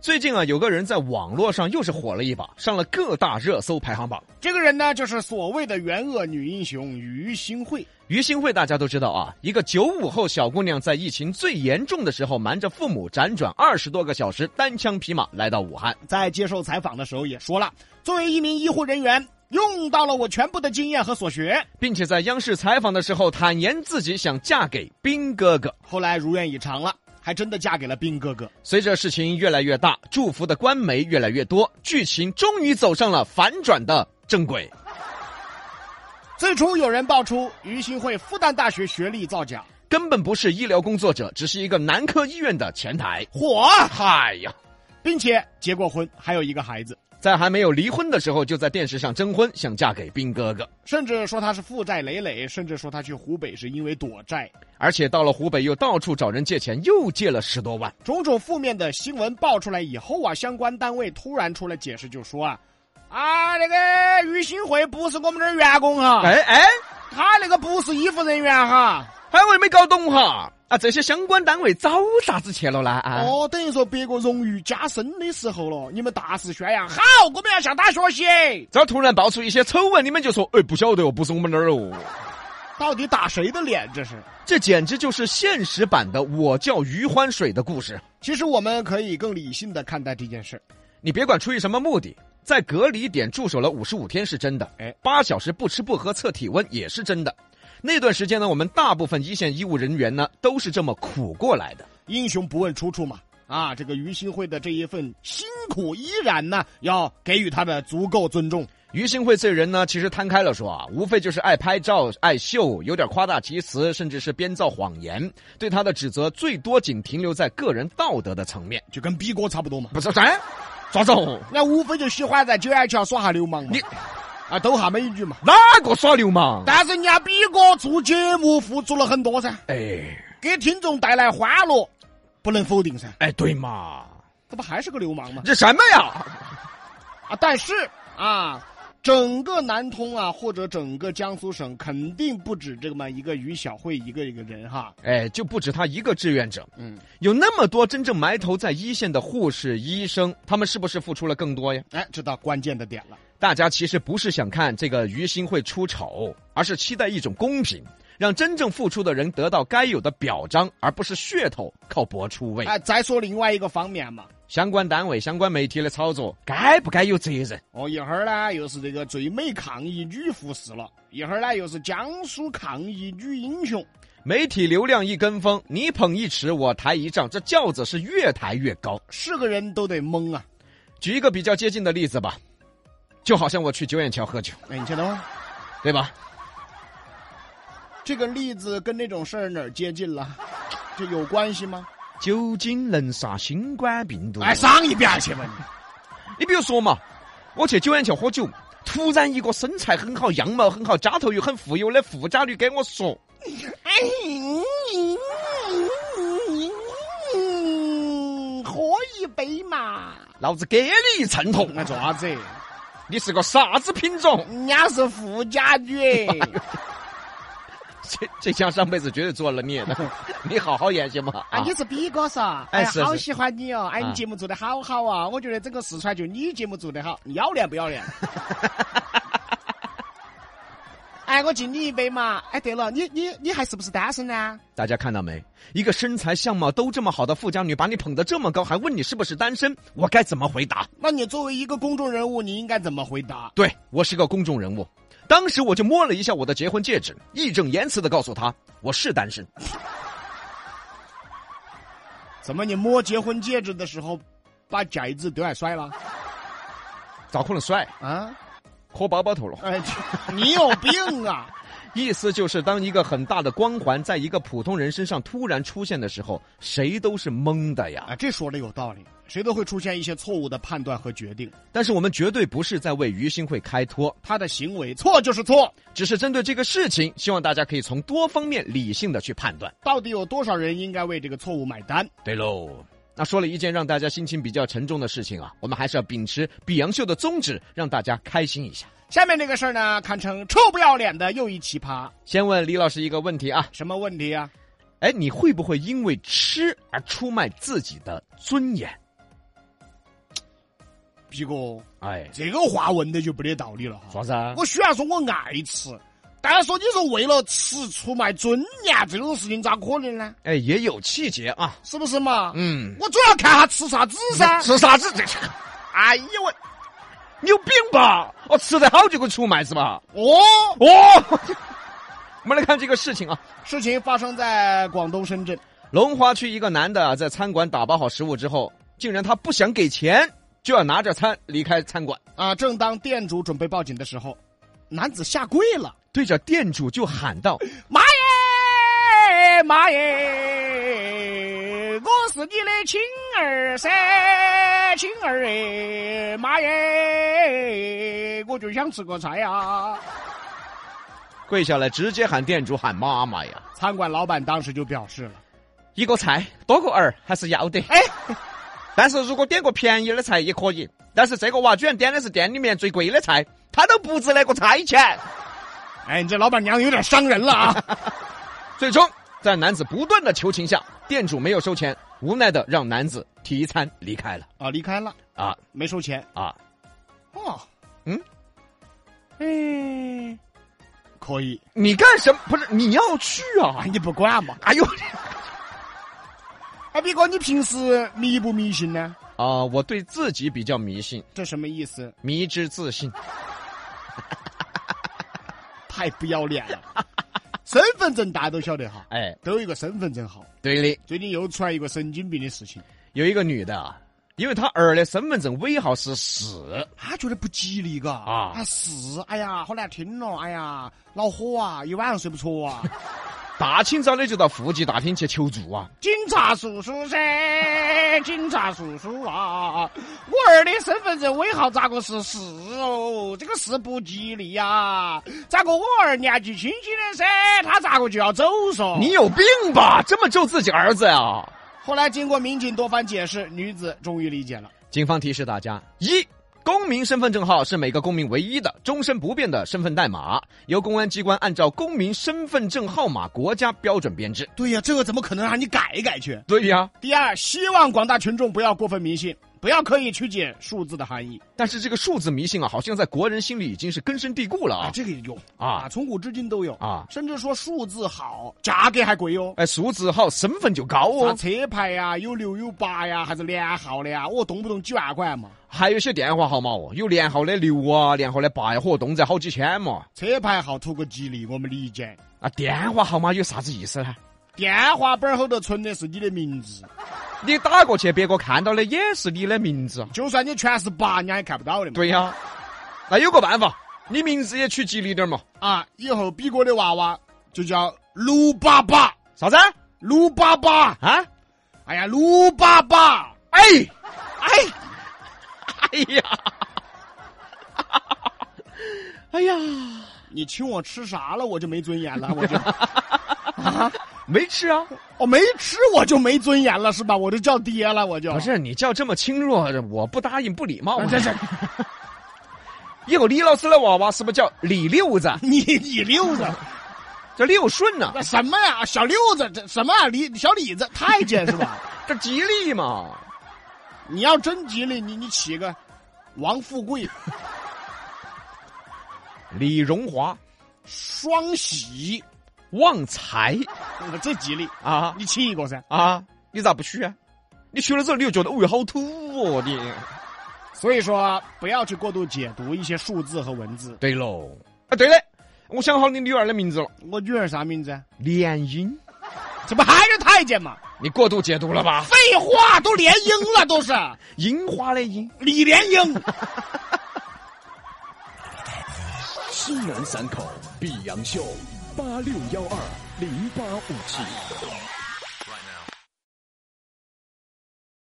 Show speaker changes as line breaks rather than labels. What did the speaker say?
最近啊，有个人在网络上又是火了一把，上了各大热搜排行榜。
这个人呢，就是所谓的元恶女英雄于心慧。
于心慧大家都知道啊，一个九五后小姑娘在疫情最严重的时候，瞒着父母辗转二十多个小时，单枪匹马来到武汉。
在接受采访的时候也说了，作为一名医护人员，用到了我全部的经验和所学。
并且在央视采访的时候，坦言自己想嫁给兵哥哥。
后来如愿以偿了，还真的嫁给了兵哥哥。
随着事情越来越大，祝福的官媒越来越多，剧情终于走上了反转的正轨。
最初有人爆出于心慧复旦大学学历造假，
根本不是医疗工作者，只是一个男科医院的前台。
火，
嗨呀，
并且结过婚，还有一个孩子，
在还没有离婚的时候，就在电视上征婚，想嫁给兵哥哥。
甚至说他是负债累累，甚至说他去湖北是因为躲债，
而且到了湖北又到处找人借钱，又借了十多万。
种种负面的新闻爆出来以后啊，相关单位突然出来解释，就说啊，啊那个于新慧不是我们这儿员工哈，
哎哎，
他那个不是医护人员哈。
哎，我也没搞懂哈。啊，这些相关单位早啥子去了呢？啊，
哦，等于说别个荣誉加深的时候了，你们大肆宣扬，好，我们要向他学习。
这儿突然爆出一些丑闻，你们就说，哎，不晓得哦，不是我们那儿哦。
到底打谁的脸？这是？
这简直就是现实版的“我叫余欢水”的故事。
其实我们可以更理性的看待这件事。
你别管出于什么目的，在隔离点驻守了五十五天是真的，
哎
八小时不吃不喝测体温也是真的。那段时间呢，我们大部分一线医务人员呢都是这么苦过来的。
英雄不问出处嘛。啊，这个于新慧的这一份辛苦依然呢，要给予他的足够尊重。
于心慧这人呢，其实摊开了说啊，无非就是爱拍照、爱秀，有点夸大其词，甚至是编造谎言。对他的指责最多仅停留在个人道德的层面，
就跟逼哥差不多嘛。
不是咱抓走
那无非就喜欢在九眼桥耍下流氓嘛，
你
啊斗下美女嘛。
哪个耍流氓？
但是人家逼哥做节目付出了很多噻，
哎
给听众带来欢乐，不能否定噻。
哎，对嘛，
这不还是个流氓吗？
这什么呀？
啊，但是啊，整个南通啊，或者整个江苏省，肯定不止这么一个于小慧一个一个人哈。
哎，就不止他一个志愿者，
嗯，
有那么多真正埋头在一线的护士、医生，他们是不是付出了更多呀？
哎，这到关键的点了。
大家其实不是想看这个于心会出丑，而是期待一种公平，让真正付出的人得到该有的表彰，而不是噱头靠博出位。
哎，再说另外一个方面嘛。
相关单位、相关媒体的操作，该不该有责任？
哦，一会儿呢又是这个最美抗疫女护士了，一会儿呢又是江苏抗疫女英雄。
媒体流量一跟风，你捧一尺，我抬一丈，这轿子是越抬越高。
是个人都得懵啊！
举一个比较接近的例子吧，就好像我去九眼桥喝酒，
哎，你先等会儿，
对吧？
这个例子跟那种事儿哪儿接近了？这有关系吗？
酒精能杀新冠病毒。
哎，上一边儿去吧你！
你比如说嘛，我去九眼桥喝酒，突然一个身材很好、样貌很好、家头又很富有的富家女跟我说
喝一杯嘛。：“
老子给你一秤头，
那做啥子？
你是个啥子品种
人家是富家女，
这这家上辈子绝对做了孽的， 你好好演行吗？
啊，你是逼哥噻？
哎
哎，
是
好
是
喜欢你哦！哎，
啊
你节目做的好好啊！我觉得整个四川就你节目做的好，你要脸不 要脸？哎，我敬你一杯嘛！哎，对了，你你你还是不是单身啊呢？
大家看到没？一个身材相貌都这么好的富家女，把你捧得这么高，还问你是不是单身，我该怎么回答？
那你作为一个公众人物，你应该怎么回答？
对我是个公众人物，当时我就摸了一下我的结婚戒指，义正言辞的告诉他我是单身。
怎么你摸结婚戒指的时候，把戒指丢还摔了
咋可能甩？
啊？
磕包包头了。
哎， 你有病啊！
意思就是，当一个很大的光环在一个普通人身上突然出现的时候，谁都是懵的呀。
啊，这说的有道理，谁都会出现一些错误的判断和决定，
但是我们绝对不是在为于心慧开脱，
他的行为错就是错。
只是针对这个事情，希望大家可以从多方面理性的去判断。
到底有多少人应该为这个错误买单？
对喽。那说了一件让大家心情比较沉重的事情啊，我们还是要秉持比洋秀的宗旨，让大家开心一下。
下面这个事儿呢，堪称臭不要脸的又一奇葩。
先问李老师一个问题啊，
什么问题啊？
哎，你会不会因为吃而出卖自己的尊严？
毕哥，
哎，
这个话问的就没得道理了哈。
啥子啊？
我虽然说我爱吃，但是说你说为了吃出卖尊严这种事情，咋可能呢？
哎，也有气节啊。
是不是嘛？
嗯，
我主要看下吃啥子啊噻。
吃啥子这？哎呀我，你有病吧？我吃得好就给我出卖是吧？
哦，
哦， 我们来看这个事情啊。
事情发生在广东深圳，
龙华区一个男的啊在餐馆打包好食物之后，竟然他不想给钱，就要拿着餐离开餐馆，
啊，正当店主准备报警的时候，男子下跪了，
对着店主就喊道
妈耶，妈耶，我是你的亲儿噻，亲儿哎，妈耶，我就想吃个菜啊。：“
跪下来，直接喊店主喊妈妈呀！
餐馆老板当时就表示了，
一个菜多个儿还是要得，
哎，
但是如果点个便宜的菜也可以。但是这个娃居然点的是店里面最贵的菜，他都不值那个菜钱。
哎，你这老板娘有点伤人了 啊。
最终，在男子不断的求情下，店主没有收钱，无奈的让男子提餐离开了。
啊，离开了，
啊
没收钱。
啊，
哦，
嗯，
哎，可以，
你干什么？不是你要去啊
啊，？你不管嘛？
哎呦！”
哎，毕哥，你平时迷不迷信呢？
啊、我对自己比较迷信，
这什么意思？
迷之自信。
太不要脸 了！身份证大家都晓得哈，
哎，
都有一个身份证号。
对的，
最近又出来一个神经病的事情，
有一个女的，啊，因为她儿的身份证尾号是四，
他觉得不吉利，嘎
啊
他是，哎呀，好难听咯，哎呀，恼火啊，一晚上睡不着啊。
大清早的就到附近大厅去求助啊！
警察叔叔噻，警察叔叔啊，我儿的身份证尾号咋个是四哦？这个事不吉利呀、咋个我儿年纪轻轻的噻，他咋个就要走嗦？
你有病吧？这么咒自己儿子啊？
后来经过民警多番解释，女子终于理解了。
警方提示大家：一。公民身份证号是每个公民唯一的、终身不变的身份代码，由公安机关按照公民身份证号码国家标准编制。
对呀、这个怎么可能让啊你改一改去？
对呀、
第二，希望广大群众不要过分迷信，不要刻意曲解数字的含义
但是这个数字迷信啊，好像在国人心里已经是根深蒂固了
啊，
啊
这个有啊，
啊
从古至今都有，
啊！
甚至说数字好，价格还贵哟、
哎，数字号身份就高
啥
哦。
车牌呀、有六有八呀、还是连号的呀、我动不动几万块嘛。
还有些电话号码哦，有连号的六啊，连号的八呀，活动在好几千嘛。
车牌号图个吉利，我们理解。
啊，电话号码有啥子意思呢？
电话本儿后头存的是你的名字，
你打过去，别个看到的也是你的名字啊。
就算你全是八，人家也看不到的嘛。
对呀、那有个办法，你名字也取吉利点儿嘛。
啊，以后比哥的娃娃就叫卢爸爸，
啥子
卢爸爸，
啊？
哎呀，卢爸爸，
哎，
哎，
哎呀， 哎呀，
你请我吃啥了？我就没尊严了，我就
没吃啊？
我没吃我就没尊严了是吧？我就叫爹了，我就
不是你叫这么轻弱，我不答应，不礼貌、啊。
这这，
以后李老师的娃娃是不是叫李六子？
你你溜着。
叫六顺呢、
那什么呀，小六子，这什么啊，李小李子，太监是吧？
这吉利嘛？
你要真吉利，你你起个王富贵、
李荣华。
双喜，
旺财
这吉利，
啊
你起一个噻。
啊！你咋不去啊？你去了之后，你就觉得，哦哟，好土哦！你
所以说，不要去过度解读一些数字和文字。
对喽，啊对了，我想好你女儿的名字了，
我女儿啥名字啊？
联姻。
这不还是太监吗？
你过度解读了吧？
废话，都联姻了，都是
樱花的樱。
李莲英。
西南三口碧阳秀八六幺二零八五七。